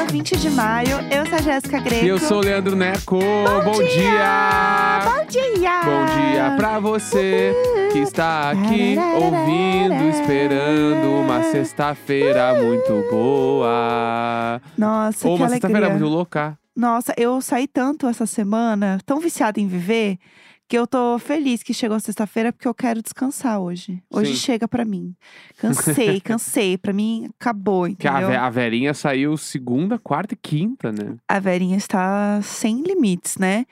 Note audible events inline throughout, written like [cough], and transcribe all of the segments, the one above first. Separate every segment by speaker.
Speaker 1: um 20 é de maio. Eu sou a Jéssica Greco.
Speaker 2: E eu sou o Leandro Neco. Bom, dia!
Speaker 1: Bom dia!
Speaker 2: Bom dia pra você que está aqui ouvindo, esperando uma sexta-feira muito boa.
Speaker 1: Nossa,
Speaker 2: Ou
Speaker 1: que
Speaker 2: uma
Speaker 1: alegria.
Speaker 2: sexta-feira muito louca.
Speaker 1: Nossa, eu saí tanto essa semana, tão viciada em viver, que eu tô feliz que chegou sexta-feira, porque eu quero descansar hoje. Hoje
Speaker 2: Sim.
Speaker 1: chega pra mim.
Speaker 2: [laughs]
Speaker 1: Cansei, cansei. Pra mim, acabou,
Speaker 2: Que a,
Speaker 1: entendeu?
Speaker 2: ve- a Verinha saiu segunda, quarta e quinta, né?
Speaker 1: A velhinha está sem limites, né?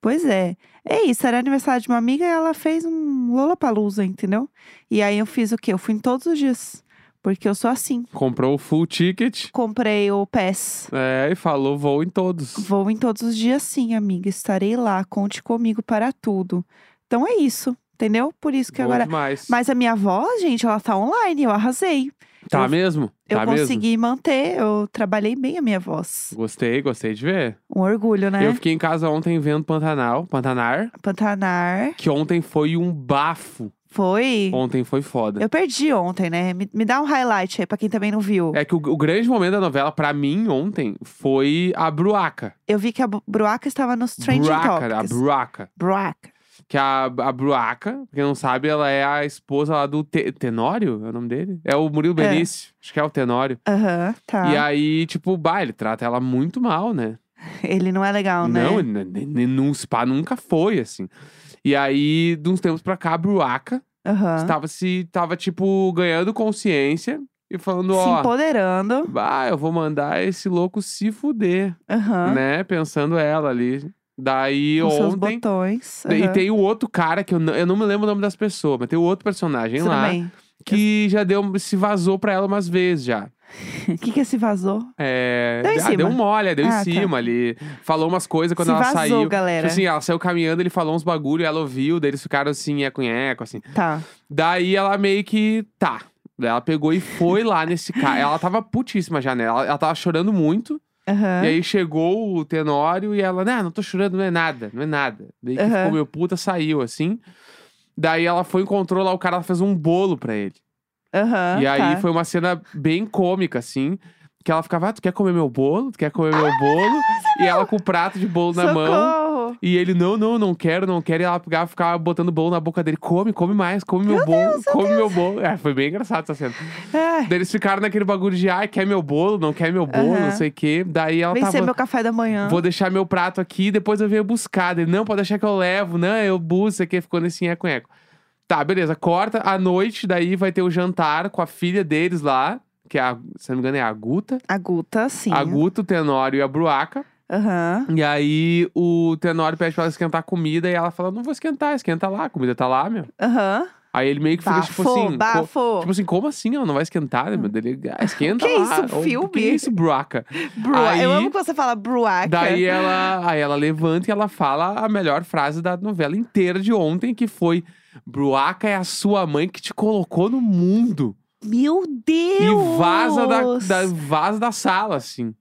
Speaker 1: Pois é. É isso, era aniversário de uma amiga e ela fez um Lollapalooza, entendeu? E aí eu fiz o quê? Eu fui em todos os dias, porque eu sou assim.
Speaker 2: Comprou o full ticket
Speaker 1: Comprei o PES.
Speaker 2: é, e falou: vou em todos.
Speaker 1: Vou em todos os dias sim, amiga. Estarei lá, conte comigo para tudo. Então é isso, entendeu? Por isso que
Speaker 2: Bom
Speaker 1: agora...
Speaker 2: demais.
Speaker 1: Mas a minha avó, gente, ela tá online, eu arrasei.
Speaker 2: tá
Speaker 1: eu-
Speaker 2: mesmo?
Speaker 1: Eu
Speaker 2: tá mesmo?
Speaker 1: consegui manter, eu trabalhei bem a minha voz.
Speaker 2: Gostei, gostei de ver.
Speaker 1: Um orgulho, né?
Speaker 2: Eu fiquei em casa ontem vendo Pantanal, Pantanar,
Speaker 1: Pantanar,
Speaker 2: que ontem foi um bafo.
Speaker 1: foi...
Speaker 2: Ontem foi foda.
Speaker 1: Eu perdi ontem, né? Me, me dá um highlight aí pra quem também não viu.
Speaker 2: É que o, o grande momento da novela, pra mim, ontem, foi a Bruaca.
Speaker 1: Eu vi que a Bu- Bruaca estava nos Trending
Speaker 2: Bruaca, né? a
Speaker 1: Topics.
Speaker 2: Bruaca.
Speaker 1: Bruaca.
Speaker 2: Que a, a Bruaca, pra quem não sabe, ela é a esposa lá do Te- Tenório, é o nome dele? É o Murilo
Speaker 1: É.
Speaker 2: Benício, acho que é o Tenório.
Speaker 1: Aham, tá.
Speaker 2: E aí, tipo, bah, ele trata ela muito mal, né?
Speaker 1: Ele não é legal, né?
Speaker 2: Não, ele n- n- num spa nunca foi, assim. E aí, de uns tempos pra cá, a Bruaca
Speaker 1: Aham.
Speaker 2: estava se, tava, tipo, ganhando consciência e falando,
Speaker 1: Se
Speaker 2: ó...
Speaker 1: empoderando.
Speaker 2: Bah, eu vou mandar esse louco se fuder.
Speaker 1: Aham.
Speaker 2: né? Pensando ela ali. Daí
Speaker 1: Com seus
Speaker 2: ontem.
Speaker 1: botões.
Speaker 2: E
Speaker 1: aham.
Speaker 2: tem o outro cara que eu não, eu não me lembro o nome das pessoas, mas tem o outro personagem
Speaker 1: Tudo
Speaker 2: lá
Speaker 1: bem. [laughs]
Speaker 2: que já deu, se vazou pra ela umas vezes já.
Speaker 1: O que que esse vazou?
Speaker 2: É,
Speaker 1: Deu em
Speaker 2: ah,
Speaker 1: cima.
Speaker 2: deu mole, deu
Speaker 1: Ah,
Speaker 2: em
Speaker 1: tá.
Speaker 2: cima ali. Falou umas coisas quando
Speaker 1: Se
Speaker 2: ela
Speaker 1: vazou,
Speaker 2: saiu.
Speaker 1: galera.
Speaker 2: Tipo assim, ela saiu caminhando, ele falou uns bagulho, ela ouviu, daí eles ficaram assim, eco-eco, assim.
Speaker 1: Tá.
Speaker 2: Daí ela meio que. Tá. Daí Ela pegou e foi lá nesse cara. Ela tava putíssima já, né? Ela, ela tava chorando muito.
Speaker 1: Aham.
Speaker 2: E aí chegou o Tenório e ela, não, não tô chorando, não é nada, não é nada. Daí que
Speaker 1: Aham.
Speaker 2: ficou meio puta, saiu, assim. Daí ela foi, encontrou lá o cara, ela fez um bolo pra ele.
Speaker 1: Aham.
Speaker 2: e aí
Speaker 1: tá.
Speaker 2: foi uma cena bem cômica, assim. Que ela ficava, ah, tu quer comer meu bolo? Tu quer comer meu bolo? E ela com o prato de bolo na mão.
Speaker 1: Ah, é Socorro!
Speaker 2: E ele, não, não, não quero, não quero. E ela pegava, ficava botando bolo na boca dele. Come, come mais, come meu, bolo, come meu bolo. É, foi bem engraçado essa cena.
Speaker 1: Ai,
Speaker 2: Daí eles ficaram naquele bagulho de, ai, quer meu bolo, não quer meu bolo,
Speaker 1: Aham.
Speaker 2: não sei o quê. Daí ela
Speaker 1: vem
Speaker 2: tava...
Speaker 1: ser meu café da manhã.
Speaker 2: Vou deixar meu prato aqui, depois eu venho buscar. Ele, não, pode deixar que eu levo. Não, eu buzo, aqui ficou nesse eco-eco. Tá, beleza. Corta à noite, daí vai ter o jantar com a filha deles lá, que é a, se não me engano é a Guta.
Speaker 1: A Guta, sim.
Speaker 2: A Guta, o Tenório e a Bruaca.
Speaker 1: Aham.
Speaker 2: E aí o Tenório pede pra ela esquentar a comida e ela fala: não vou esquentar, esquenta lá, a comida tá lá, meu.
Speaker 1: Aham.
Speaker 2: Aí ele meio que fica tipo
Speaker 1: Bafo,
Speaker 2: assim. co-
Speaker 1: bafo.
Speaker 2: Tipo assim, como assim? Ela não vai esquentar, né, meu? Dele, ah, esquenta
Speaker 1: Que
Speaker 2: lá.
Speaker 1: isso,
Speaker 2: Ô,
Speaker 1: filme?
Speaker 2: Que isso, Bruaca?
Speaker 1: Brua-
Speaker 2: assim, aí-
Speaker 1: Eu amo que você fala bruaca.
Speaker 2: Daí ela, aí ela levanta e ela fala a melhor frase da novela inteira de ontem, que foi: Bruaca é a sua mãe que te colocou no mundo.
Speaker 1: Meu Deus!
Speaker 2: E vaza da, da- vaza da sala, assim.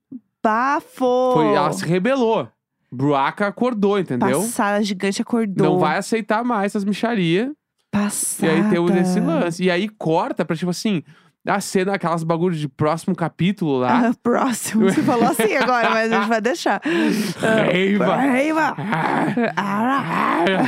Speaker 1: Bafo!
Speaker 2: Foi, ela se rebelou. Bruaca acordou, entendeu?
Speaker 1: Passada gigante acordou.
Speaker 2: Não vai aceitar mais essas micharias. E
Speaker 1: Passada.
Speaker 2: aí tem o- esse lance. E aí corta pra, tipo assim, a cena, aquelas bagulhos de próximo capítulo [laughs] lá.
Speaker 1: Ah, próximo. Você falou assim agora, mas a gente
Speaker 2: [laughs]
Speaker 1: vai deixar. Ah,
Speaker 2: Reiva.
Speaker 1: [laughs] Reiva! Ara.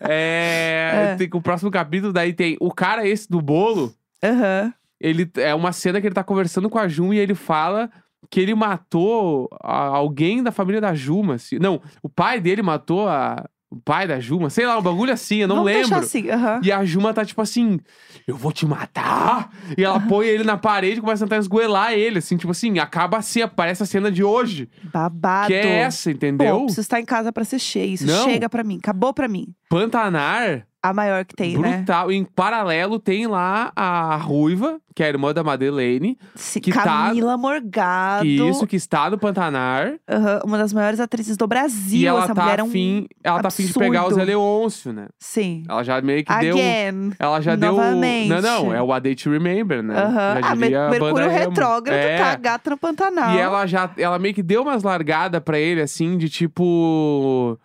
Speaker 2: é, tem- o próximo capítulo daí tem o cara esse do bolo.
Speaker 1: Aham.
Speaker 2: Ele é uma cena que ele tá conversando com a Juma e ele fala que ele matou a- alguém da família da Juma, assim. Não, o pai dele matou a- o pai da Juma, sei lá, um bagulho assim, eu não
Speaker 1: Vamos
Speaker 2: lembro.
Speaker 1: deixar assim. aham.
Speaker 2: E a Juma tá tipo assim, eu vou te matar. E ela põe ele na parede e começa a tentar esgoelar ele, assim, tipo assim, acaba assim, aparece a cena de hoje.
Speaker 1: Babado.
Speaker 2: Que é essa, entendeu?
Speaker 1: Pô, preciso estar em casa pra assistir isso.
Speaker 2: Não.
Speaker 1: Chega pra mim. Acabou pra mim.
Speaker 2: Pantanar
Speaker 1: A maior que tem, né?
Speaker 2: Brutal. Em paralelo, tem lá a Ruiva, que é a irmã da Madeleine.
Speaker 1: Se-
Speaker 2: Que tá-
Speaker 1: Camila Morgado.
Speaker 2: E isso que está no Pantanar.
Speaker 1: Aham, Uma das maiores atrizes do Brasil.
Speaker 2: e ela
Speaker 1: Essa
Speaker 2: tá
Speaker 1: mulher é um...
Speaker 2: afim. Ela tá afim de
Speaker 1: absurdo.
Speaker 2: pegar o Zé Leôncio, né?
Speaker 1: Sim.
Speaker 2: Ela já meio que deu.
Speaker 1: Again.
Speaker 2: Ela já
Speaker 1: Novamente.
Speaker 2: deu. Não, não, é o A Day to Remember, né? Já
Speaker 1: Aham. Ah, Mer-
Speaker 2: diria a banda
Speaker 1: Mercúrio
Speaker 2: Remo.
Speaker 1: retrógrado
Speaker 2: é.
Speaker 1: tá gata no Pantanal.
Speaker 2: E ela já. Ela meio que deu umas largadas pra ele, assim, de tipo.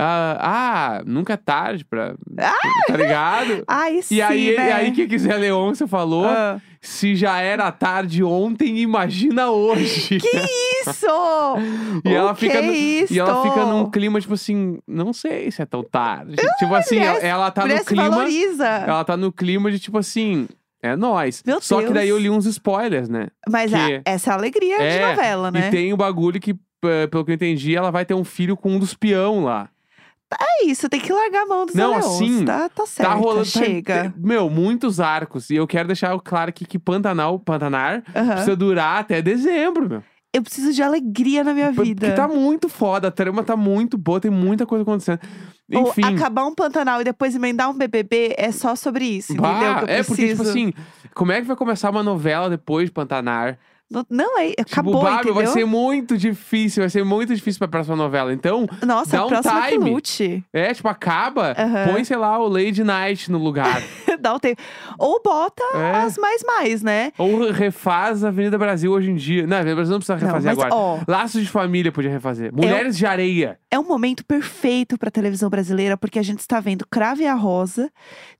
Speaker 2: Ah, ah, nunca é tarde pra. Tá ligado?
Speaker 1: [laughs] Ai, Ah! sim,
Speaker 2: E aí,
Speaker 1: né?
Speaker 2: e aí, o que que Zé Leôncio falou?
Speaker 1: Ah.
Speaker 2: Se já era tarde ontem, imagina hoje.
Speaker 1: Que isso? [laughs]
Speaker 2: E ela
Speaker 1: O
Speaker 2: fica
Speaker 1: que é
Speaker 2: no- [laughs]
Speaker 1: isso?
Speaker 2: E ela fica num clima, tipo assim, não sei se é tão tarde. tipo assim,
Speaker 1: mulher-
Speaker 2: ela, ela tá
Speaker 1: Mulher
Speaker 2: no
Speaker 1: se
Speaker 2: clima.
Speaker 1: valoriza.
Speaker 2: Ela tá no clima de, tipo assim, é nós.
Speaker 1: Meu
Speaker 2: Só que
Speaker 1: Deus.
Speaker 2: daí eu li uns spoilers, né?
Speaker 1: Mas a-
Speaker 2: que-
Speaker 1: essa é a alegria de
Speaker 2: É,
Speaker 1: novela, né?
Speaker 2: E tem o bagulho que, p- pelo que eu entendi, ela vai ter um filho com um dos peão lá.
Speaker 1: É isso, tem que largar a mão dos
Speaker 2: Não,
Speaker 1: leões.
Speaker 2: assim,
Speaker 1: tá, tá certo,
Speaker 2: tá rolando. tá-
Speaker 1: chega.
Speaker 2: meu, muitos arcos. E eu quero deixar claro aqui que Pantanal, Pantanar,
Speaker 1: Aham.
Speaker 2: tá- precisa durar até dezembro, meu.
Speaker 1: Eu preciso de alegria na minha vida.
Speaker 2: Porque tá muito foda, a trama tá muito boa, tem muita coisa acontecendo.
Speaker 1: Ou
Speaker 2: Enfim.
Speaker 1: acabar um Pantanal e depois emendar um BBB é só sobre isso, entendeu?
Speaker 2: Bah,
Speaker 1: Que eu
Speaker 2: é, porque, tipo
Speaker 1: preciso.
Speaker 2: assim, como é que vai começar uma novela depois de Pantanar?
Speaker 1: Não- Não, é, acabou,
Speaker 2: tipo, bah, meu,
Speaker 1: entendeu?
Speaker 2: vai ser muito difícil, vai ser muito difícil pra próxima novela. Então,
Speaker 1: Nossa,
Speaker 2: dá um
Speaker 1: a próxima que
Speaker 2: time.
Speaker 1: lute.
Speaker 2: é, tipo, acaba,
Speaker 1: Aham.
Speaker 2: põe, sei lá, o Lady Night no
Speaker 1: [laughs]
Speaker 2: lugar.
Speaker 1: Dá um tempo. Ou bota
Speaker 2: É.
Speaker 1: as mais mais, né?
Speaker 2: Ou refaz a Avenida Brasil hoje em dia. Não, a Avenida Brasil não precisa
Speaker 1: Não,
Speaker 2: refazer
Speaker 1: mas
Speaker 2: agora.
Speaker 1: ó,
Speaker 2: Laços de Família podia refazer. Mulheres de Areia.
Speaker 1: é um momento perfeito pra televisão brasileira, porque a gente está vendo Crave a Rosa,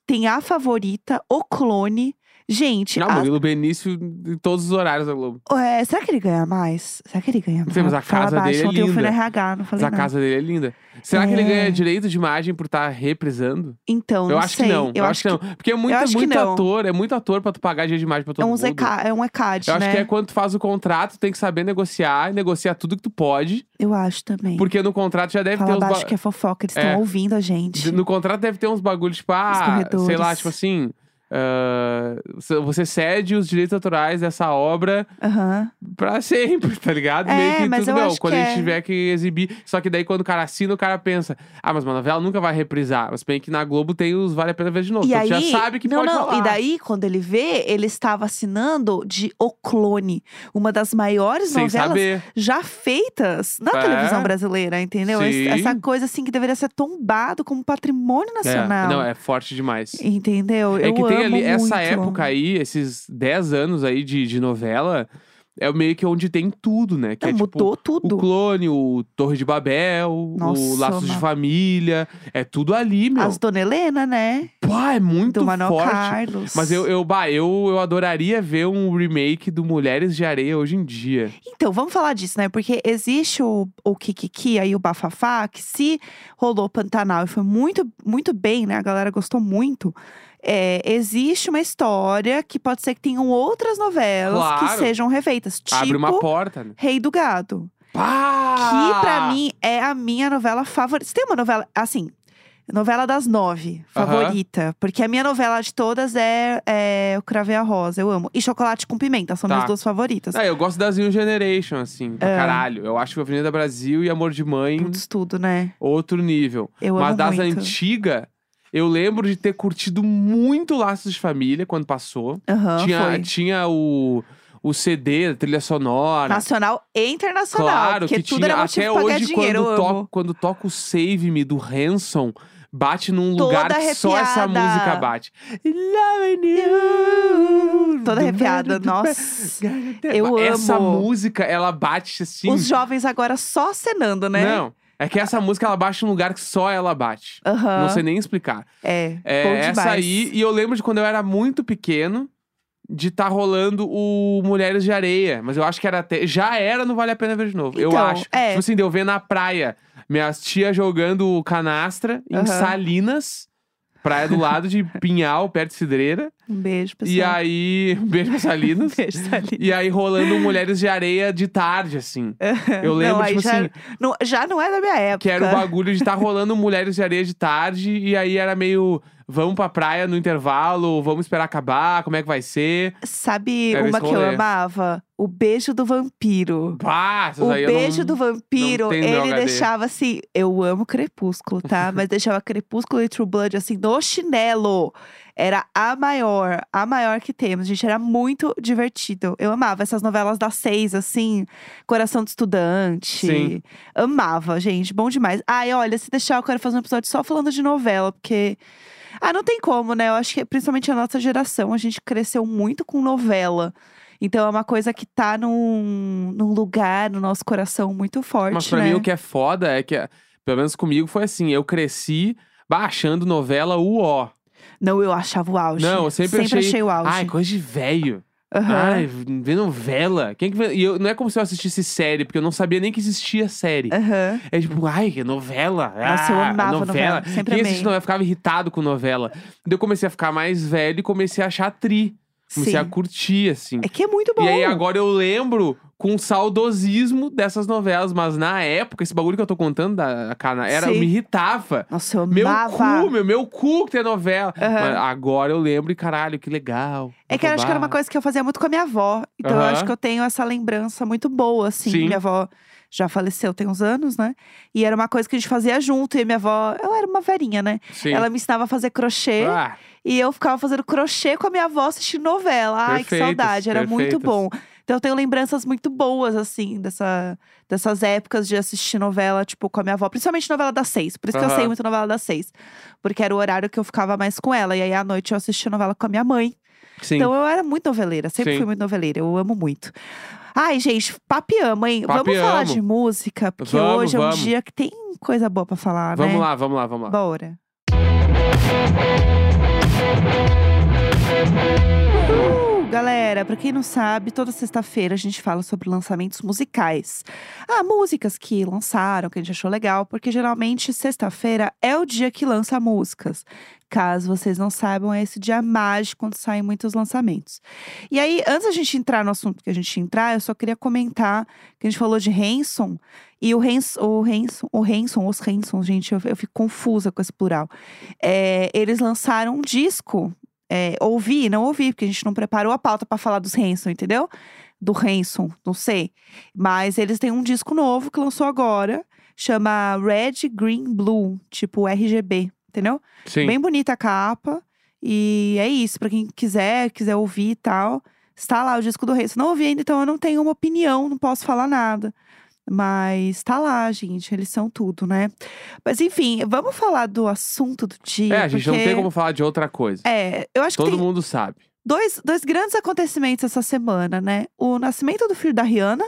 Speaker 1: tem a favorita, o clone. Gente,
Speaker 2: Não,
Speaker 1: a-
Speaker 2: Murilo Benício em todos os horários da Globo.
Speaker 1: é, será que ele ganha mais? Será que ele ganha mais?
Speaker 2: Sim, mas a
Speaker 1: Fala
Speaker 2: casa
Speaker 1: baixo,
Speaker 2: dele é
Speaker 1: ontem eu fui
Speaker 2: linda.
Speaker 1: no RH, não
Speaker 2: Mas
Speaker 1: falei
Speaker 2: a
Speaker 1: nada.
Speaker 2: casa dele é linda. Será que ele
Speaker 1: É.
Speaker 2: ganha direito de imagem por estar reprisando? eu
Speaker 1: Então, não
Speaker 2: acho
Speaker 1: sei.
Speaker 2: que não.
Speaker 1: Eu acho que
Speaker 2: não. Porque é muito,
Speaker 1: acho que
Speaker 2: muito
Speaker 1: não.
Speaker 2: ator, é muito ator pra tu pagar direito de imagem pra todo
Speaker 1: é um
Speaker 2: mundo.
Speaker 1: ZK, é um ECAD,
Speaker 2: Eu
Speaker 1: né?
Speaker 2: acho que é quando tu faz o contrato, tu tem que saber negociar, e negociar tudo que tu pode,
Speaker 1: Eu acho também.
Speaker 2: porque no contrato já deve
Speaker 1: Fala
Speaker 2: ter uns
Speaker 1: baixo
Speaker 2: ba-
Speaker 1: que é fofoca, eles estão
Speaker 2: É.
Speaker 1: ouvindo a gente.
Speaker 2: No contrato deve ter uns bagulhos, tipo,
Speaker 1: Os
Speaker 2: ah,
Speaker 1: corredores.
Speaker 2: sei lá, tipo assim. ah, você cede os direitos autorais dessa obra
Speaker 1: Aham.
Speaker 2: pra sempre, tá ligado?
Speaker 1: É,
Speaker 2: Meio que
Speaker 1: mas
Speaker 2: tudo
Speaker 1: eu
Speaker 2: meu,
Speaker 1: acho
Speaker 2: quando
Speaker 1: que
Speaker 2: a gente
Speaker 1: é.
Speaker 2: tiver que exibir. Só que daí quando o cara assina, o cara pensa: ah, mas uma novela nunca vai reprisar. Mas bem que na Globo tem os Vale a Pena Ver de novo.
Speaker 1: E
Speaker 2: então tu
Speaker 1: aí,
Speaker 2: já sabe que
Speaker 1: não,
Speaker 2: pode
Speaker 1: não.
Speaker 2: falar.
Speaker 1: E daí, quando ele vê, ele estava assinando de O Clone, uma das maiores
Speaker 2: Sem
Speaker 1: novelas
Speaker 2: saber.
Speaker 1: já feitas na
Speaker 2: É.
Speaker 1: televisão brasileira, entendeu? Es-
Speaker 2: Sim.
Speaker 1: Essa coisa assim que deveria ser tombado como patrimônio nacional.
Speaker 2: É, não, é forte demais.
Speaker 1: Entendeu?
Speaker 2: É
Speaker 1: Eu
Speaker 2: que tem
Speaker 1: amo
Speaker 2: ali, essa
Speaker 1: muito.
Speaker 2: época aí, esses 10 anos aí de, de novela, é meio que onde tem tudo, né? Que
Speaker 1: Não,
Speaker 2: é, tipo,
Speaker 1: mudou
Speaker 2: O
Speaker 1: tudo.
Speaker 2: Clone, o Torre de Babel, o
Speaker 1: Nossa,
Speaker 2: Laços de
Speaker 1: mano.
Speaker 2: Família. É tudo ali, meu.
Speaker 1: As Dona Helena, né?
Speaker 2: Pá, é muito
Speaker 1: do Manuel
Speaker 2: forte.
Speaker 1: Carlos.
Speaker 2: Mas eu, eu, bah, eu, eu adoraria ver um remake do Mulheres de Areia hoje em dia.
Speaker 1: Então, vamos falar disso, né? Porque existe o, o Kikiki aí, o Bafafá, que se rolou Pantanal e foi muito, muito bem, né? A galera gostou muito. É, existe uma história que pode ser que tenham outras novelas que
Speaker 2: Claro.
Speaker 1: sejam refeitas. Tipo,
Speaker 2: Abre uma Ah! porta, né?
Speaker 1: Rei do Gado.
Speaker 2: Pá!
Speaker 1: Que pra mim é a minha novela favorita. Você tem uma novela, assim, novela das nove,
Speaker 2: Aham.
Speaker 1: favorita. Porque a minha novela de todas é, é O Crave e a Rosa, eu amo. E Chocolate com Pimenta, são
Speaker 2: Tá.
Speaker 1: minhas duas favoritas.
Speaker 2: Ah, eu gosto das New Generation, assim, pra caralho. Eu acho que Avenida Brasil e Amor de Mãe,
Speaker 1: É. Putz, tudo, né?
Speaker 2: outro nível.
Speaker 1: Eu
Speaker 2: Mas
Speaker 1: amo
Speaker 2: das
Speaker 1: muito.
Speaker 2: antigas, eu lembro de ter curtido muito Laços de Família quando passou.
Speaker 1: Aham,
Speaker 2: tinha
Speaker 1: Ah, foi.
Speaker 2: tinha o, o CD, a trilha sonora.
Speaker 1: Nacional e internacional.
Speaker 2: claro,
Speaker 1: porque
Speaker 2: que
Speaker 1: tudo
Speaker 2: tinha.
Speaker 1: era motivo
Speaker 2: Até
Speaker 1: pra pagar
Speaker 2: hoje,
Speaker 1: dinheiro.
Speaker 2: quando,
Speaker 1: eu
Speaker 2: to-
Speaker 1: amo.
Speaker 2: quando toca o Save Me do Hanson, bate num
Speaker 1: Toda
Speaker 2: lugar que só essa
Speaker 1: arrepiada.
Speaker 2: música bate. Loving you.
Speaker 1: Toda arrepiada, nossa. Eu
Speaker 2: Essa
Speaker 1: amo.
Speaker 2: música, ela bate assim.
Speaker 1: Os jovens agora só cenando, né?
Speaker 2: Não, é que essa música ela bate num lugar que só ela bate.
Speaker 1: Aham.
Speaker 2: Não sei nem explicar.
Speaker 1: É,
Speaker 2: É,
Speaker 1: bom demais.
Speaker 2: essa aí. E eu lembro de quando eu era muito pequeno, de tá rolando o Mulheres de Areia. Mas eu acho que era até. Já era no Vale a Pena Ver de Novo. eu
Speaker 1: Então,
Speaker 2: acho.
Speaker 1: é.
Speaker 2: Tipo assim, deu ver na praia. Minhas tias jogando canastra em
Speaker 1: Aham.
Speaker 2: Salinas. Praia do lado
Speaker 1: [laughs]
Speaker 2: de Pinhal, perto de Cidreira.
Speaker 1: Um beijo, pessoal.
Speaker 2: E aí. [laughs] um Beijo
Speaker 1: [laughs]
Speaker 2: pra Salinas.
Speaker 1: Beijo,
Speaker 2: [laughs]
Speaker 1: Salim.
Speaker 2: E aí rolando Mulheres de Areia de tarde, assim. Eu lembro,
Speaker 1: É, não, aí
Speaker 2: tipo
Speaker 1: já,
Speaker 2: assim,
Speaker 1: não, já não é da minha época.
Speaker 2: que era o bagulho de estar rolando Mulheres de Areia de tarde, e aí era meio, vamos pra praia no intervalo, vamos esperar acabar, como é que vai ser.
Speaker 1: Sabe
Speaker 2: Era
Speaker 1: uma
Speaker 2: esse
Speaker 1: que eu
Speaker 2: rolê.
Speaker 1: amava? O beijo do vampiro.
Speaker 2: Pá, essas
Speaker 1: O
Speaker 2: aí eu
Speaker 1: beijo
Speaker 2: não-
Speaker 1: do vampiro,
Speaker 2: tem no
Speaker 1: ele
Speaker 2: HD.
Speaker 1: deixava assim. Eu amo
Speaker 2: [laughs]
Speaker 1: Crepúsculo, tá? Mas deixava Crepúsculo e True Blood assim no chinelo. Era a maior, a maior que temos. Gente, era muito divertido. Eu amava essas novelas das seis, assim. Coração de Estudante.
Speaker 2: Sim.
Speaker 1: Amava, gente. Bom demais. Ai, olha, se deixar, eu quero fazer um episódio só falando de novela, porque. Ah, não tem como, né? Eu acho que, principalmente a nossa geração, a gente cresceu muito com novela. Então é uma coisa que tá num, num lugar no nosso coração muito forte,
Speaker 2: Mas pra
Speaker 1: né?
Speaker 2: mim o que é foda é que, pelo menos comigo, foi assim, eu cresci baixando novela uó.
Speaker 1: Não, eu achava o auge.
Speaker 2: Não, eu sempre achei-
Speaker 1: o auge.
Speaker 2: Ai, coisa de velho.
Speaker 1: Aham.
Speaker 2: Ai, vê novela. Quem que vê? E eu, não é como se eu assistisse série, porque eu não sabia nem que existia série.
Speaker 1: Aham.
Speaker 2: É tipo, ai, que novela. ah,
Speaker 1: Nossa, eu amava novela, sempre
Speaker 2: Quem
Speaker 1: amei.
Speaker 2: assiste novela ficava irritado com novela. Daí eu comecei a ficar mais velho e comecei a achar tri. Comecei a
Speaker 1: Sim.
Speaker 2: curtir, assim.
Speaker 1: É que é muito bom.
Speaker 2: E aí agora eu lembro com saudosismo dessas novelas, mas na época, esse bagulho que eu tô contando da Cana era,
Speaker 1: Sim.
Speaker 2: me irritava.
Speaker 1: Nossa, eu
Speaker 2: Meu
Speaker 1: amava.
Speaker 2: cu, meu, meu cu que tem novela.
Speaker 1: Aham.
Speaker 2: Mas agora eu lembro e caralho, que legal.
Speaker 1: É que eu acho que era uma coisa que eu fazia muito com a minha avó. Então eu
Speaker 2: Aham.
Speaker 1: acho que eu tenho essa lembrança muito boa, assim.
Speaker 2: Sim.
Speaker 1: Minha avó já faleceu tem uns anos, né? E era uma coisa que a gente fazia junto. E minha avó, ela era uma velhinha, né?
Speaker 2: Sim.
Speaker 1: Ela é me ensinava a fazer crochê.
Speaker 2: Ah,
Speaker 1: E eu ficava fazendo crochê com a minha avó assistindo novela. Ai, que
Speaker 2: Perfeitas,
Speaker 1: saudade, era muito
Speaker 2: perfeitas.
Speaker 1: bom. Então eu tenho lembranças muito boas, assim, dessa, dessas épocas de assistir novela, tipo, com a minha avó. Principalmente novela das seis, por isso que eu
Speaker 2: Aham.
Speaker 1: sei muito novela das seis. Porque era o horário que eu ficava mais com ela. E aí à noite eu assistia novela com a minha mãe.
Speaker 2: sim.
Speaker 1: Então eu era muito noveleira, sempre
Speaker 2: Sim.
Speaker 1: fui muito noveleira, eu amo muito. Ai, gente, papiamo, hein? Vamos falar
Speaker 2: Papiamo.
Speaker 1: de música, porque
Speaker 2: Vamos,
Speaker 1: hoje é
Speaker 2: vamos.
Speaker 1: um dia que tem coisa boa pra falar,
Speaker 2: vamos
Speaker 1: né?
Speaker 2: lá, vamos lá, vamos lá.
Speaker 1: Bora. Uhul, Uh, Galera, pra quem não sabe, toda sexta-feira a gente fala sobre lançamentos musicais. Ah, músicas que lançaram, que a gente achou legal, porque geralmente sexta-feira é o dia que lança músicas. Caso vocês não saibam, é esse dia mágico quando saem muitos lançamentos. E aí, antes da gente entrar no assunto que a gente entrar, eu só queria comentar que a gente falou de Hanson. E o Hanson, o Hanson, o Hanson, os Hansons, gente, eu, eu fico confusa com esse plural. É, eles lançaram um disco. É, ouvi, não ouvi, porque a gente não preparou a pauta pra falar dos Hanson, entendeu? Do Hanson, não sei. Mas eles têm um disco novo que lançou agora, chama Red, Green, Blue, tipo RGB, entendeu?
Speaker 2: Sim.
Speaker 1: Bem bonita a capa. E é isso, pra quem quiser, quiser ouvir e tal. Está lá o disco do Rei. Se não ouvi ainda, então eu não tenho uma opinião, não posso falar nada. Mas tá lá, gente. Eles são tudo, né? Mas enfim, vamos falar do assunto do dia.
Speaker 2: É, a gente não
Speaker 1: porque-
Speaker 2: tem como falar de outra coisa.
Speaker 1: É, eu acho que
Speaker 2: Todo
Speaker 1: tem
Speaker 2: mundo sabe.
Speaker 1: dois, dois grandes acontecimentos essa semana, né? O nascimento do filho da Rihanna,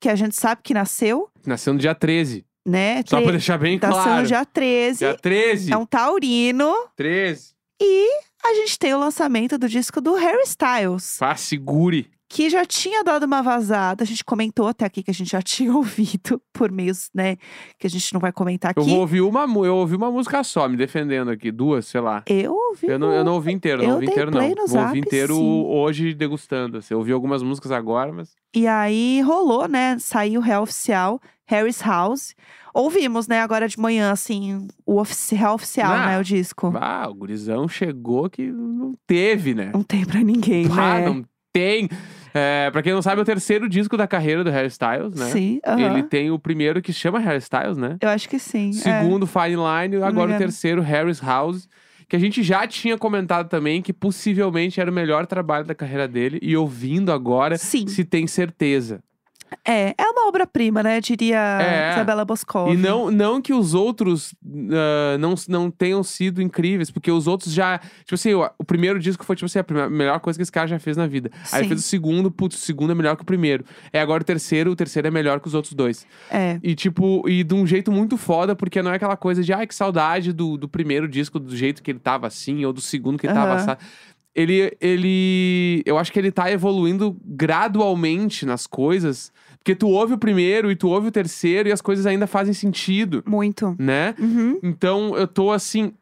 Speaker 1: que a gente sabe que nasceu,
Speaker 2: Nasceu no dia 13.
Speaker 1: né?
Speaker 2: Só
Speaker 1: Tre-
Speaker 2: pra deixar bem
Speaker 1: Nasceu
Speaker 2: claro.
Speaker 1: no dia 13.
Speaker 2: Dia 13.
Speaker 1: É um taurino.
Speaker 2: 13.
Speaker 1: E a gente tem o lançamento do disco do Harry Styles,
Speaker 2: Faz segure.
Speaker 1: que já tinha dado uma vazada. A gente comentou até aqui que a gente já [laughs] tinha ouvido por meios, né? Que a gente não vai comentar aqui.
Speaker 2: Eu vou ouvir uma, mu- eu ouvi uma música só, me defendendo aqui. Duas, sei lá.
Speaker 1: Eu ouvi.
Speaker 2: Eu não, eu não ouvi inteiro, não
Speaker 1: Eu
Speaker 2: ouvi
Speaker 1: dei
Speaker 2: inteiro,
Speaker 1: play
Speaker 2: não. Vou
Speaker 1: no zap,
Speaker 2: ouvir inteiro
Speaker 1: sim.
Speaker 2: hoje degustando. assim. Eu ouvi algumas músicas agora, mas.
Speaker 1: E aí rolou, né? Saiu o Real Oficial, Harry's House. Ouvimos, né, agora de manhã, assim, o ofici- Real Oficial,
Speaker 2: Ah,
Speaker 1: né? O disco.
Speaker 2: Ah, o gurizão chegou que não teve, né?
Speaker 1: Não tem pra ninguém,
Speaker 2: Ah,
Speaker 1: né?
Speaker 2: não tem. É, pra quem não sabe, é o terceiro disco da carreira do Harry Styles, né?
Speaker 1: Sim, aham.
Speaker 2: Ele tem o primeiro que chama Harry Styles, né?
Speaker 1: Eu acho que sim. é.
Speaker 2: Segundo, Fine Line. e
Speaker 1: me
Speaker 2: Agora o
Speaker 1: engano.
Speaker 2: terceiro, Harry's House. Que a gente já tinha comentado também que possivelmente era o melhor trabalho da carreira dele. E ouvindo agora,
Speaker 1: Sim.
Speaker 2: se tem certeza.
Speaker 1: É, é uma obra-prima, né? Diria
Speaker 2: É.
Speaker 1: Isabela Boscov.
Speaker 2: E não, não que os outros ah, não, não tenham sido incríveis, porque os outros já. Tipo assim, o, o primeiro disco foi, tipo assim, a primeira- melhor coisa que esse cara já fez na vida. Aí
Speaker 1: Sim.
Speaker 2: fez o segundo, putz, o segundo é melhor que o primeiro. É agora o terceiro, o terceiro é melhor que os outros dois.
Speaker 1: É.
Speaker 2: E, tipo, e de um jeito muito foda, porque não é aquela coisa de, ai, que saudade do, do primeiro disco, do jeito que ele tava assim, ou do segundo que ele tava
Speaker 1: Aham.
Speaker 2: assim. Ele, ele. Eu acho que ele tá evoluindo gradualmente nas coisas. Porque tu ouve o primeiro e tu ouve o terceiro e as coisas ainda fazem sentido,
Speaker 1: Muito.
Speaker 2: né?
Speaker 1: Uhum.
Speaker 2: Então eu tô, assim,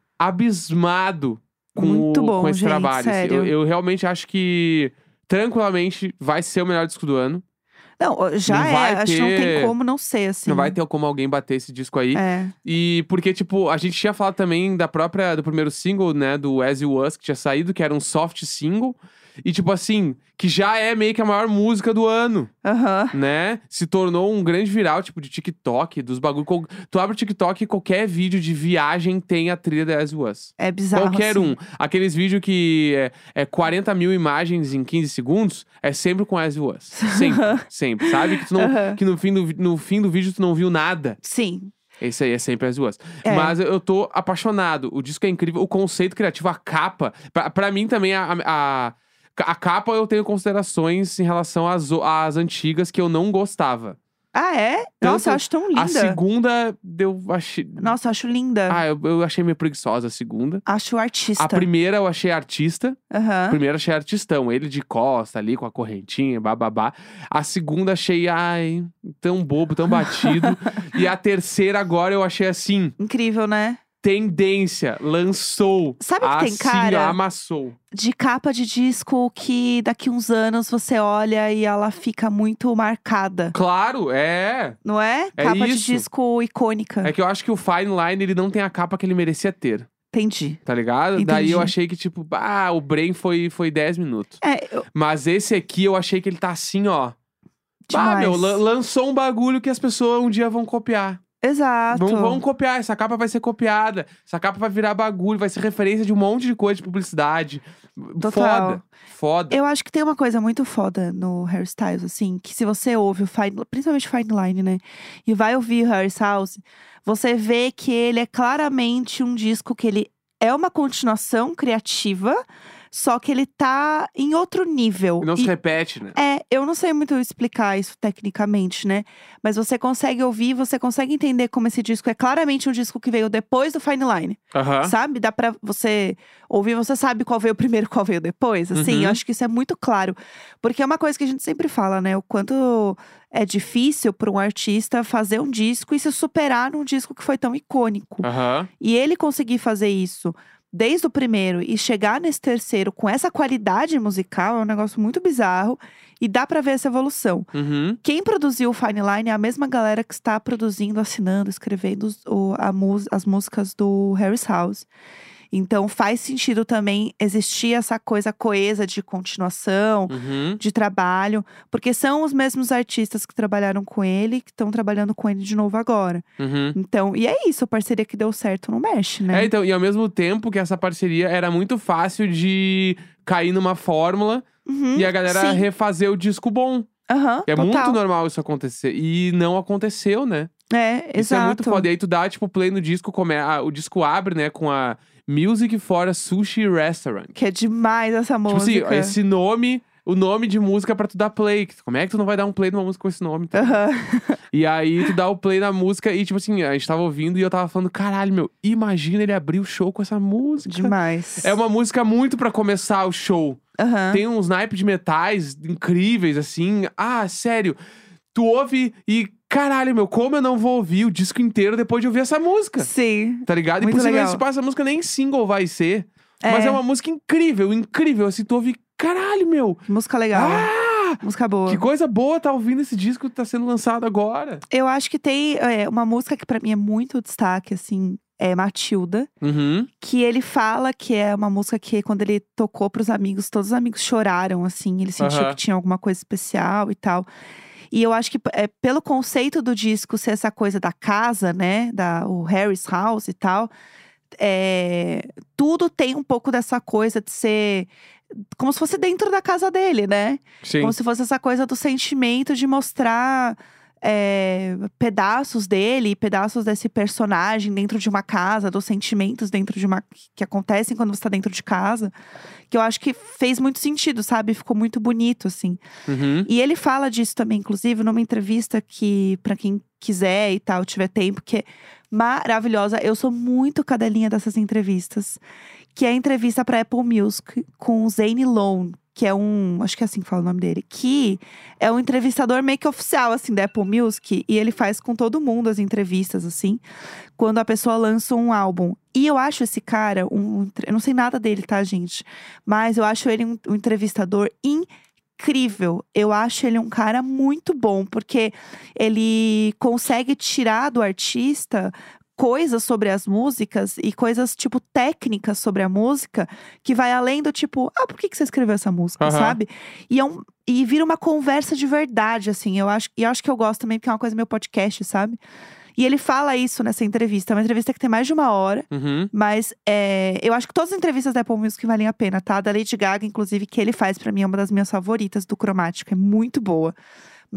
Speaker 2: abismado com,
Speaker 1: Muito
Speaker 2: o-
Speaker 1: bom,
Speaker 2: com esse
Speaker 1: gente,
Speaker 2: trabalho. assim. Eu,
Speaker 1: sério.
Speaker 2: eu realmente acho que, tranquilamente, vai ser o melhor disco do ano.
Speaker 1: Não, ó, já
Speaker 2: Não
Speaker 1: é.
Speaker 2: vai
Speaker 1: Acho que não tem
Speaker 2: ter-
Speaker 1: como não ser, assim.
Speaker 2: Não vai ter como alguém bater esse disco aí.
Speaker 1: É.
Speaker 2: E porque, tipo, a gente tinha falado também da própria, do primeiro single, né, do As You Was, que tinha saído, que era um soft single. E, tipo assim, que já é meio que a maior música do ano,
Speaker 1: Aham.
Speaker 2: né? Se tornou um grande viral, tipo, de TikTok, dos bagulho. qual- Tu abre o TikTok e qualquer vídeo de viagem tem a trilha da As You Was.
Speaker 1: É bizarro.
Speaker 2: Qualquer
Speaker 1: assim.
Speaker 2: um. Aqueles vídeos que é, é 40 mil imagens em 15 segundos, é sempre com As You Was.
Speaker 1: [laughs]
Speaker 2: Sempre, sempre. Sabe? Que, tu não-
Speaker 1: Aham.
Speaker 2: que no, fim do, vi- no fim do vídeo tu não viu nada.
Speaker 1: Sim.
Speaker 2: Esse aí é sempre as duas.
Speaker 1: É.
Speaker 2: Mas eu- eu tô apaixonado. O disco é incrível. O conceito criativo, a capa. Pra, pra mim também, a, a, a capa eu tenho considerações em relação às, o- às antigas que eu não gostava.
Speaker 1: Ah, é? Nossa, eu acho tão linda.
Speaker 2: A segunda, eu achei.
Speaker 1: Nossa, eu acho linda.
Speaker 2: Ah, eu, eu achei meio preguiçosa a segunda.
Speaker 1: Acho artista.
Speaker 2: A primeira eu achei artista.
Speaker 1: Aham.
Speaker 2: A primeira eu achei artistão. Ele de costa ali, com a correntinha, bababá. A segunda achei, ai, tão bobo, tão
Speaker 1: [laughs]
Speaker 2: batido. e a terceira agora eu achei assim,
Speaker 1: Incrível, né?
Speaker 2: tendência, lançou.
Speaker 1: Sabe o que tem
Speaker 2: assim,
Speaker 1: cara?
Speaker 2: amassou.
Speaker 1: De capa de disco que daqui uns anos você olha e ela fica muito marcada.
Speaker 2: Claro, é.
Speaker 1: Não é?
Speaker 2: É
Speaker 1: capa de
Speaker 2: isso.
Speaker 1: disco icônica.
Speaker 2: É que eu acho que o Fine Line, ele não tem a capa que ele merecia ter,
Speaker 1: Entendi.
Speaker 2: tá ligado? Daí
Speaker 1: Entendi.
Speaker 2: eu achei que, tipo, ah, o Brain foi, foi 10 minutos.
Speaker 1: É, eu,
Speaker 2: Mas esse aqui eu achei que ele tá assim, ó. Ah,
Speaker 1: demais.
Speaker 2: meu, lan- lançou um bagulho que as pessoas um dia vão copiar.
Speaker 1: Exato.
Speaker 2: Vão, vão copiar, essa capa vai ser copiada. Essa capa vai virar bagulho, vai ser referência de um monte de coisa de publicidade.
Speaker 1: Total.
Speaker 2: Foda. Foda.
Speaker 1: Eu acho que tem uma coisa muito foda no hairstyles, assim, que se você ouve o Fine, principalmente o Fine Line, né? E vai ouvir o hairstyles, você vê que ele é claramente um disco que ele é uma continuação criativa, só que ele tá em outro nível.
Speaker 2: Não se
Speaker 1: E-
Speaker 2: repete, né?
Speaker 1: é, eu não sei muito explicar isso tecnicamente, né? Mas você consegue ouvir, você consegue entender como esse disco é claramente um disco que veio depois do Fine Line.
Speaker 2: Aham.
Speaker 1: Sabe? Dá pra você ouvir, você sabe qual veio primeiro, [laughs] qual veio depois. Assim,
Speaker 2: Uhum.
Speaker 1: eu acho que isso é muito claro. Porque é uma coisa que a gente sempre fala, né? O quanto é difícil para um artista fazer um disco e se superar num disco que foi tão icônico.
Speaker 2: Aham.
Speaker 1: E ele conseguir fazer isso desde o primeiro e chegar nesse terceiro com essa qualidade musical é um negócio muito bizarro. E dá pra ver essa evolução.
Speaker 2: Uhum.
Speaker 1: Quem produziu o Fine Line é a mesma galera que está produzindo, assinando, escrevendo os- o- a mus- as músicas do Harry's House. Então faz sentido também existir essa coisa coesa de continuação,
Speaker 2: Uhum.
Speaker 1: de trabalho, porque são os mesmos artistas que trabalharam com ele, que estão trabalhando com ele de novo agora.
Speaker 2: Uhum.
Speaker 1: Então, e é isso, parceria que deu certo não mexe, né?
Speaker 2: É, então, e ao mesmo tempo que essa parceria era muito fácil de cair numa fórmula
Speaker 1: Uhum,
Speaker 2: e a galera
Speaker 1: sim.
Speaker 2: refazer o disco bom.
Speaker 1: Aham,
Speaker 2: É
Speaker 1: total.
Speaker 2: muito normal isso acontecer. E não aconteceu, né?
Speaker 1: É,
Speaker 2: Isso é muito
Speaker 1: exato.
Speaker 2: foda. E aí tu dá, tipo, play no disco, come... ah, o disco abre, né, com a Music for a Sushi Restaurant.
Speaker 1: que é demais essa música.
Speaker 2: Tipo assim, esse nome, o nome de música pra tu dar play. Como é que tu não vai dar um play numa música com esse nome?
Speaker 1: [laughs]
Speaker 2: tá?
Speaker 1: Aham.
Speaker 2: e aí tu dá o play na música e, tipo assim, a gente tava ouvindo e eu tava falando, caralho, meu, imagina ele abrir o show com essa música.
Speaker 1: Demais.
Speaker 2: É uma música muito pra começar o show.
Speaker 1: Aham.
Speaker 2: Tem uns naipes de metais incríveis, assim. Ah, sério. Tu ouve e, caralho, meu, como eu não vou ouvir o disco inteiro depois de ouvir essa música?
Speaker 1: Sim.
Speaker 2: Tá ligado?
Speaker 1: Muito
Speaker 2: e possivelmente
Speaker 1: legal.
Speaker 2: se passa a música nem single vai ser. Mas
Speaker 1: É.
Speaker 2: é uma música incrível, incrível. Assim, tu ouve, caralho, meu.
Speaker 1: Música legal.
Speaker 2: Ah!
Speaker 1: Música boa.
Speaker 2: Que coisa boa tá ouvindo esse disco que tá sendo lançado agora.
Speaker 1: Eu acho que tem é, uma música que pra mim é muito destaque, assim, é Matilda.
Speaker 2: Uhum.
Speaker 1: Que ele fala que é uma música que quando ele tocou pros amigos, todos os amigos choraram, assim. Ele sentiu
Speaker 2: Aham.
Speaker 1: que tinha alguma coisa especial e tal. E eu acho que é, pelo conceito do disco ser essa coisa da casa, né? Da, o Harry's House e tal. é, tudo tem um pouco dessa coisa de ser… Como se fosse dentro da casa dele, né?
Speaker 2: Sim.
Speaker 1: Como se fosse essa coisa do sentimento de mostrar é, pedaços dele, pedaços desse personagem dentro de uma casa, dos sentimentos dentro de uma. que acontecem quando você tá dentro de casa. Que eu acho que fez muito sentido, sabe? Ficou muito bonito, assim.
Speaker 2: Uhum.
Speaker 1: E ele fala disso também, inclusive, numa entrevista que, pra quem quiser e tal, tiver tempo, que é maravilhosa. Eu sou muito cadelinha dessas entrevistas. Que é a entrevista pra Apple Music com o Zane Lowe, que é um. Acho que é assim que fala o nome dele. Que é um entrevistador meio que oficial, assim, da Apple Music. E ele faz com todo mundo as entrevistas, assim, quando a pessoa lança um álbum. E eu acho esse cara um. entre- Eu não sei nada dele, tá, gente? Mas eu acho ele um, um entrevistador incrível. Eu acho ele um cara muito bom, porque ele consegue tirar do artista coisas sobre as músicas e coisas, tipo, técnicas sobre a música, que vai além do tipo, ah, por que, que você escreveu essa música,
Speaker 2: Aham.
Speaker 1: sabe? E é um. E vira uma conversa de verdade, assim. Eu acho, e eu acho que eu gosto também, porque é uma coisa meio podcast, sabe? E ele fala isso nessa entrevista. É uma entrevista que tem mais de uma hora.
Speaker 2: Uhum.
Speaker 1: Mas é, eu acho que todas as entrevistas da Apple Music valem a pena, tá? Da Lady Gaga, inclusive, que ele faz pra mim, é uma das minhas favoritas do cromático. É muito boa.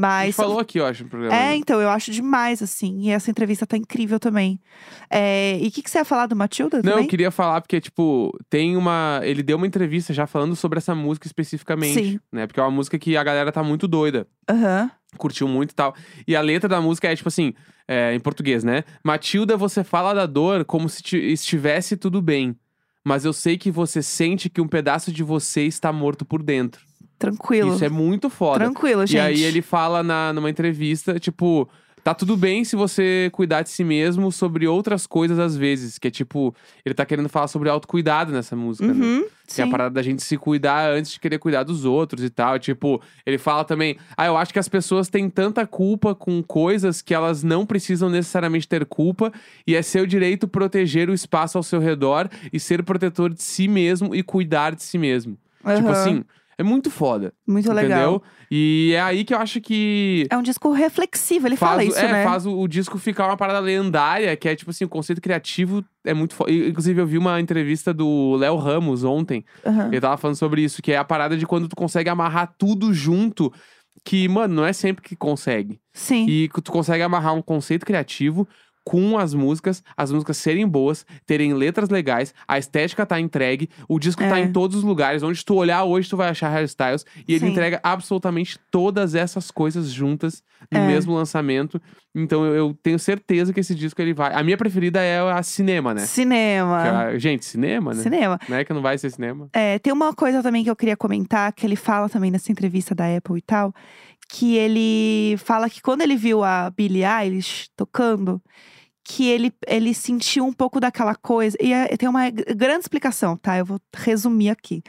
Speaker 2: A gente
Speaker 1: Mas.
Speaker 2: falou aqui, eu acho, no programa.
Speaker 1: É,
Speaker 2: né?
Speaker 1: então, eu acho demais, assim. E essa entrevista tá incrível também. É, e o que, que você ia falar do Matilda
Speaker 2: Não,
Speaker 1: também?
Speaker 2: eu queria falar porque, tipo, tem uma. Ele deu uma entrevista já falando sobre essa música especificamente.
Speaker 1: Sim.
Speaker 2: Né? Porque é uma música que a galera tá muito doida.
Speaker 1: Aham.
Speaker 2: Curtiu muito e tal. E a letra da música é tipo assim, é, em português, né? Matilda, você fala da dor como se ti- estivesse tudo bem. Mas eu sei que você sente que um pedaço de você está morto por dentro.
Speaker 1: Tranquilo.
Speaker 2: Isso é muito foda.
Speaker 1: Tranquilo, gente.
Speaker 2: E aí ele fala na, numa entrevista, tipo, tá tudo bem se você cuidar de si mesmo sobre outras coisas às vezes. Que é tipo, ele tá querendo falar sobre autocuidado nessa música, né?
Speaker 1: Uhum,
Speaker 2: Que é a
Speaker 1: sim.
Speaker 2: parada da gente se cuidar antes de querer cuidar dos outros e tal. Tipo, ele fala também. Ah, eu acho que as pessoas têm tanta culpa com coisas que elas não precisam necessariamente ter culpa. E é seu direito proteger o espaço ao seu redor e ser protetor de si mesmo e cuidar de si mesmo. Tipo
Speaker 1: Aham.
Speaker 2: assim, é muito foda.
Speaker 1: Muito
Speaker 2: entendeu?
Speaker 1: legal.
Speaker 2: E é aí que eu acho que.
Speaker 1: É um disco reflexivo, ele
Speaker 2: Faz,
Speaker 1: fala
Speaker 2: o-
Speaker 1: isso,
Speaker 2: é,
Speaker 1: né?
Speaker 2: faz o, o disco ficar uma parada lendária, que é tipo assim, o conceito criativo é muito foda. Inclusive, eu vi uma entrevista do Léo Ramos ontem,
Speaker 1: Aham.
Speaker 2: ele tava falando sobre isso, que é a parada de quando tu consegue amarrar tudo junto. Que, mano, não é sempre que consegue.
Speaker 1: Sim.
Speaker 2: E que tu consegue amarrar um conceito criativo com as músicas, as músicas serem boas, terem letras legais, a estética tá entregue, o disco tá
Speaker 1: É.
Speaker 2: em todos os lugares. Onde tu olhar hoje, tu vai achar hairstyles. E ele
Speaker 1: Sim.
Speaker 2: entrega absolutamente todas essas coisas juntas no
Speaker 1: É.
Speaker 2: mesmo lançamento. Então eu, eu tenho certeza que esse disco ele vai. A minha preferida é a cinema, né? Que
Speaker 1: Cinema.
Speaker 2: é a- Gente, cinema, né?
Speaker 1: Cinema.
Speaker 2: Não é que não vai ser cinema.
Speaker 1: É, tem uma coisa também que eu queria comentar, que ele fala também nessa entrevista da Apple e tal, que ele fala que quando ele viu a Billie Eilish tocando, que ele, ele sentiu um pouco daquela coisa. E é- tem uma gr- grande explicação, tá? Eu vou resumir aqui.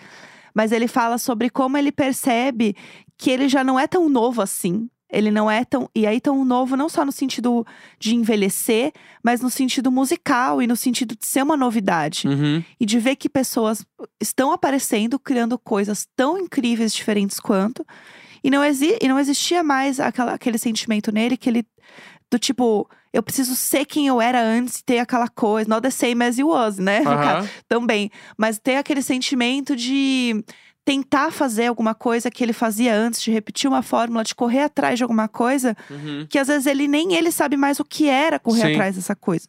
Speaker 1: Mas ele fala sobre como ele percebe que ele já não é tão novo assim. Ele não é tão. E aí, tão novo, não só no sentido de envelhecer, mas no sentido musical e no sentido de ser uma novidade [laughs]
Speaker 2: Uhum.
Speaker 1: e de ver que pessoas estão aparecendo, criando coisas tão incríveis, diferentes quanto. E não, exi e não existia mais aquela- aquele sentimento nele que ele. Do tipo, eu preciso ser quem eu era antes e ter aquela coisa. Not the same as you was, né? No caso,
Speaker 2: Aham.
Speaker 1: também. Mas ter aquele sentimento de tentar fazer alguma coisa que ele fazia antes, de repetir uma fórmula, de correr atrás de alguma coisa
Speaker 2: Uhum.
Speaker 1: que às vezes ele nem ele sabe mais o que era correr
Speaker 2: Sim.
Speaker 1: atrás dessa coisa.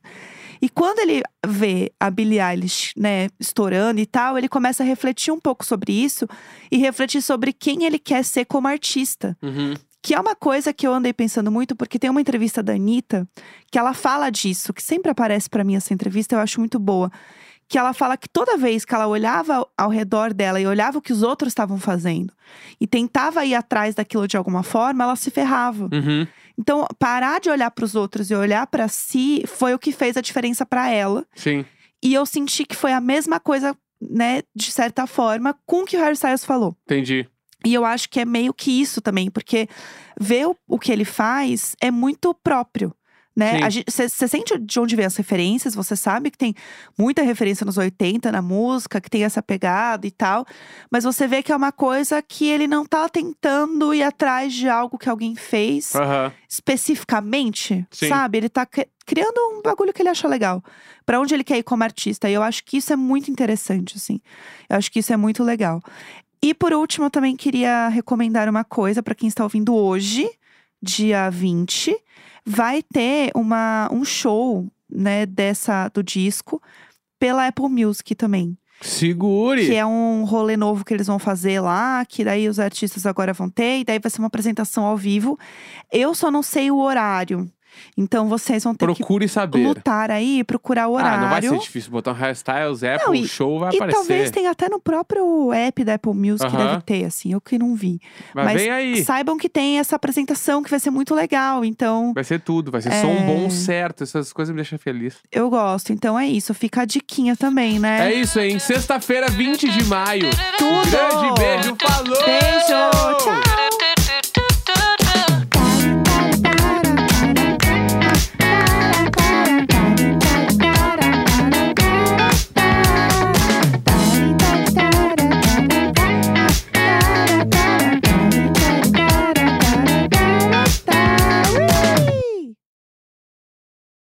Speaker 1: E quando ele vê a Billie Eilish, né, estourando e tal, ele começa a refletir um pouco sobre isso e refletir sobre quem ele quer ser como artista.
Speaker 2: Uhum.
Speaker 1: Que é uma coisa que eu andei pensando muito, porque tem uma entrevista da Anitta que ela fala disso, que sempre aparece pra mim essa entrevista, eu acho muito boa. Que ela fala que toda vez que ela olhava ao redor dela e olhava o que os outros estavam fazendo e tentava ir atrás daquilo de alguma forma, ela se ferrava.
Speaker 2: Uhum.
Speaker 1: Então, parar de olhar para os outros e olhar para si foi o que fez a diferença para ela.
Speaker 2: Sim.
Speaker 1: E eu senti que foi a mesma coisa, né, de certa forma, com o que o Harry Styles falou.
Speaker 2: Entendi.
Speaker 1: E eu acho que é meio que isso também, porque ver o, o que ele faz é muito próprio.
Speaker 2: Sim.
Speaker 1: Né? Você sente de onde vem as referências, você sabe que tem muita referência nos 80 na música, que tem essa pegada e tal. Mas você vê que é uma coisa que ele não tá tentando ir atrás de algo que alguém fez
Speaker 2: Aham.
Speaker 1: especificamente,
Speaker 2: Sim.
Speaker 1: sabe? Ele tá cri- criando um bagulho que ele acha legal. Pra onde ele quer ir como artista. E eu acho que isso é muito interessante, assim. Eu acho que isso é muito legal. E por último, eu também queria recomendar uma coisa pra quem está ouvindo hoje, dia 20, vai ter uma, um show, né, dessa do disco pela Apple Music também.
Speaker 2: Segure.
Speaker 1: Que é um rolê novo que eles vão fazer lá, que daí os artistas agora vão ter, e daí vai ser uma apresentação ao vivo. Eu só não sei o horário. Então vocês vão ter
Speaker 2: Procure
Speaker 1: que
Speaker 2: saber.
Speaker 1: lutar aí e procurar o horário.
Speaker 2: Ah, não vai ser difícil botar um hairstyles, Apple,
Speaker 1: Não, e-
Speaker 2: show vai
Speaker 1: e
Speaker 2: aparecer.
Speaker 1: talvez tenha até no próprio app da Apple Music
Speaker 2: Aham.
Speaker 1: deve ter, assim, eu que não vi.
Speaker 2: Mas,
Speaker 1: mas-
Speaker 2: vem aí.
Speaker 1: Saibam que tem essa apresentação que vai ser muito legal, então
Speaker 2: Vai ser tudo, vai ser som bom certo. Essas coisas me deixam feliz.
Speaker 1: eu gosto. Então é isso, fica a diquinha também,
Speaker 2: É,
Speaker 1: né?
Speaker 2: isso, hein? Sexta-feira, 20 de maio.
Speaker 1: Tudo!
Speaker 2: Grande beijo, falou!
Speaker 1: Beijo, tchau!